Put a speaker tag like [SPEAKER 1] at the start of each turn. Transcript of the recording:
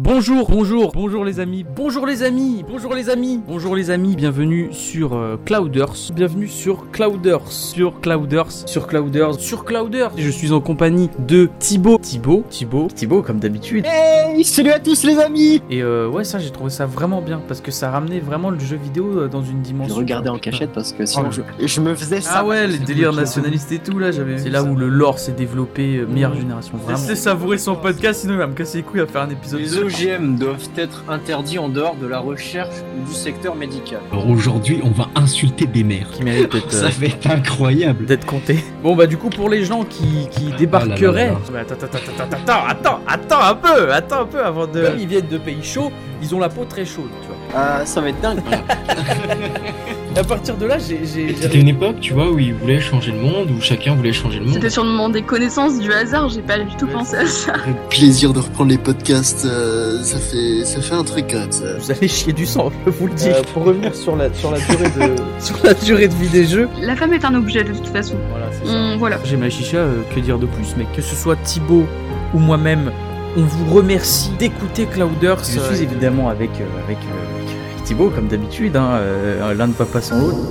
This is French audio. [SPEAKER 1] Bonjour, bonjour, bonjour les amis, bonjour les amis, bonjour les amis, bonjour les amis, bienvenue sur euh, Clouders, bienvenue sur Clouders, sur Clouders, sur Clouders, sur Clouders. Je suis en compagnie de Thibaut, Thibaut, Thibaut,
[SPEAKER 2] Thibaut, comme d'habitude.
[SPEAKER 3] Hey, salut à tous les amis
[SPEAKER 1] et euh, ouais ça j'ai trouvé ça vraiment bien parce que ça ramenait vraiment le jeu vidéo euh, dans une
[SPEAKER 2] Je
[SPEAKER 1] dimension.
[SPEAKER 2] regardais en cachette parce que
[SPEAKER 1] Oh,
[SPEAKER 2] sinon je, je me faisais ça.
[SPEAKER 4] Ah ouais, les délires
[SPEAKER 2] Putain.
[SPEAKER 4] nationalistes et tout là, j'avais.
[SPEAKER 1] C'est là où le lore s'est développé, euh, meilleure génération, vraiment.
[SPEAKER 4] Laissez savourer son podcast, sinon il va me casser les couilles à faire un épisode.
[SPEAKER 5] Ah, Les OGM doivent être interdits en dehors de la recherche ou du secteur médical.
[SPEAKER 6] Alors aujourd'hui, on va insulter des mères.
[SPEAKER 1] Qui mérite d'être, euh,
[SPEAKER 6] Ça va être incroyable.
[SPEAKER 1] d'être compté. Bon bah du coup pour les gens qui, qui débarqueraient,
[SPEAKER 6] Ah là
[SPEAKER 4] Mais Attends, attends, attends, attends, attends, attends, attends un peu, attends un peu avant
[SPEAKER 1] comme
[SPEAKER 3] Bah
[SPEAKER 4] de.
[SPEAKER 1] ils viennent de pays chauds, ils ont la peau très chaude, tu vois.
[SPEAKER 2] Ah, ça va être dingue.
[SPEAKER 1] À partir de là, j'ai- j'ai
[SPEAKER 6] C'était une époque, tu vois, où ils voulaient changer le monde, où chacun voulait changer
[SPEAKER 1] Mmh.
[SPEAKER 6] le monde.
[SPEAKER 7] C'était sur mon déconnaissance du hasard, j'ai pas du tout pensé à ça.
[SPEAKER 8] Le plaisir de reprendre les podcasts, euh, ça fait ça fait un truc quand même. Ça.
[SPEAKER 1] vous allez chier du sang, je vous le dis.
[SPEAKER 3] Euh, Pour revenir sur la, sur la durée de...
[SPEAKER 1] Sur la durée de vie des jeux.
[SPEAKER 7] La femme est un objet de toute façon.
[SPEAKER 1] Voilà, c'est
[SPEAKER 7] On- voilà.
[SPEAKER 1] J'ai ma chicha, euh, que dire de plus, mais que ce soit Thibaut ou moi-même, on vous remercie d'écouter Clouders.
[SPEAKER 2] Je
[SPEAKER 1] euh,
[SPEAKER 2] suis évidemment avec, euh, avec, euh, avec- avec Thibaut, comme d'habitine, hein, euh, l'un ne va pas sans l'autre.